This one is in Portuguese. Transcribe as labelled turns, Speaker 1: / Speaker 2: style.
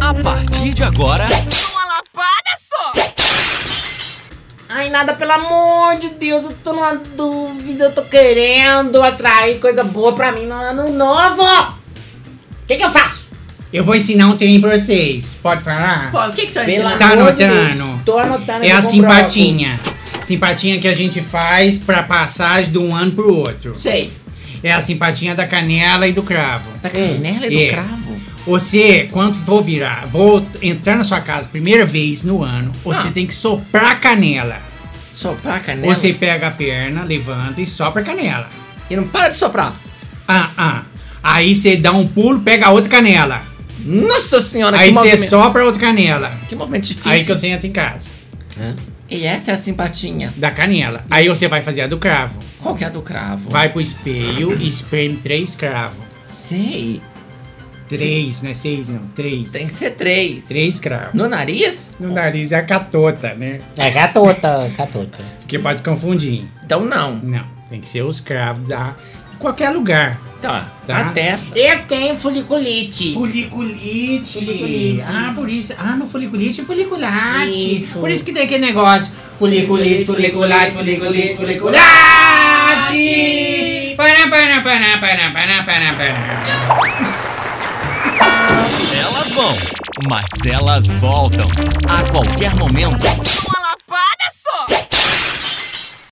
Speaker 1: A partir de agora.
Speaker 2: Uma lapada só!
Speaker 3: Ai, nada, pelo amor de Deus, eu tô numa dúvida, eu tô querendo atrair coisa boa pra mim no ano novo! O que que eu faço?
Speaker 4: Eu vou ensinar um trem pra vocês. Pode falar?
Speaker 2: Pô, o que, que você vai
Speaker 3: Pelo
Speaker 2: ensinar?
Speaker 4: Tá
Speaker 3: amor de
Speaker 4: anotando.
Speaker 3: Deus, Tô anotando.
Speaker 4: É
Speaker 3: eu
Speaker 4: a
Speaker 3: vou
Speaker 4: simpatinha. Simpatinha que a gente faz pra passagem de um ano pro outro.
Speaker 2: Sei.
Speaker 4: É a simpatinha da canela e do cravo.
Speaker 2: Da canela e do
Speaker 4: É.
Speaker 2: cravo?
Speaker 4: Você, quando for virar, vou entrar na sua casa primeira vez no ano, você
Speaker 2: Ah.
Speaker 4: tem que soprar a canela.
Speaker 2: Soprar a canela?
Speaker 4: Você pega a perna, levanta e sopra a canela.
Speaker 2: E não para de soprar.
Speaker 4: Ah, ah. Aí você dá um pulo, pega a outra canela.
Speaker 2: Nossa senhora,
Speaker 4: Aí
Speaker 2: que
Speaker 4: você
Speaker 2: movimento.
Speaker 4: sopra a outra canela.
Speaker 2: Que movimento difícil.
Speaker 4: Aí que você entra em casa.
Speaker 2: E essa é a simpatinha.
Speaker 4: Da canela. Aí você vai fazer a do cravo.
Speaker 2: Qual que é a do cravo?
Speaker 4: Vai pro espelho e espreme três cravos.
Speaker 2: Sei.
Speaker 4: Três, não é seis não. Três.
Speaker 2: Tem que ser três.
Speaker 4: Três cravos.
Speaker 2: No nariz?
Speaker 4: No nariz é a catota, né?
Speaker 3: É catota, catota.
Speaker 4: Porque pode confundir.
Speaker 2: Então não.
Speaker 4: Não, tem que ser os cravos da de qualquer lugar.
Speaker 2: Tá.
Speaker 4: Tá.
Speaker 2: Na testa.
Speaker 3: Eu tenho foliculite.
Speaker 4: Foliculite.
Speaker 3: Foliculite.
Speaker 4: Ah, por isso. Ah, no foliculite, foliculate.
Speaker 3: Isso.
Speaker 4: Por isso que tem aquele negócio. Foliculite, foliculate, foliculite, foliculate. Pará, pará, pará, pará, pará, pará, pará.
Speaker 1: Elas vão, mas elas voltam. A qualquer momento.
Speaker 2: Uma